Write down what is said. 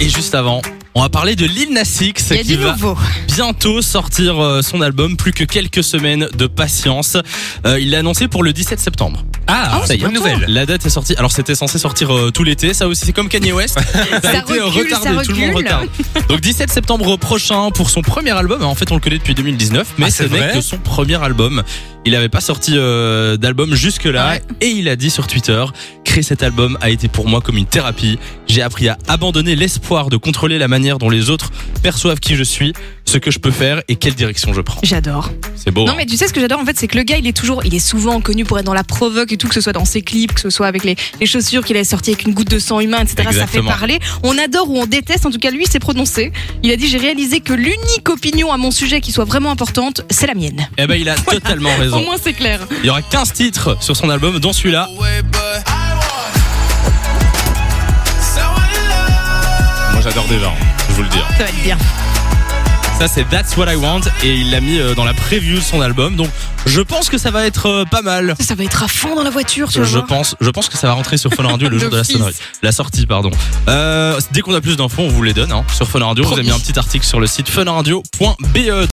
Et juste avant, on va parler de Lil Nas X Il y a qui du va nouveau. bientôt sortir euh, son album. Plus que quelques semaines de patience. Euh, il l'a annoncé pour le 17 septembre. Ah, c'est y est. bientôt. La date est sortie. Alors c'était censé sortir euh, tout l'été. Ça aussi, c'est comme Kanye West. Ça euh, recule, ça Tout le monde recule. retarde. Donc 17 septembre prochain pour son premier album. hein, En fait, on le connaît depuis 2019, mais Ah, ce c'est n'est vrai que son premier album. Il n'avait pas sorti euh, d'album jusque-là Ouais. et il a dit sur Twitter Créer cet album a été pour moi comme une thérapie. J'ai appris à abandonner l'espoir de contrôler la manière dont les autres perçoivent qui je suis, ce que je peux faire et quelle direction je prends. J'adore. C'est beau. Non hein. mais tu sais ce que j'adore en fait c'est que le gars il est toujours il est souvent connu pour être dans la provoque et tout que ce soit dans ses clips que ce soit avec les, les chaussures qu'il a sorties avec une goutte de sang humain etc ça fait Exactement. parler on adore ou on déteste en tout cas lui il s'est prononcé il a dit j'ai réalisé que l'unique opinion à mon sujet qui soit vraiment importante c'est la mienne Eh ben, il a totalement au raison. moins c'est clair Il y aura 15 titres sur son album, dont celui-là. Moi, j'adore déjà, hein, je vous le dire. ça va être bien Ça, c'est That's What I Want et il l'a mis euh, dans la preview de son album. Donc, je pense que ça va être euh, pas mal. ça, ça va être à fond dans la voiture Oh, tu vas Je voir. pense, je pense que ça va rentrer sur Fun Radio le jour de la D'office. sonnerie. La sortie, pardon. Euh, dès qu'on a plus d'infos, on vous les donne hein, sur Fun Radio. On vous a Promis. mis un petit article sur le site funradio.be.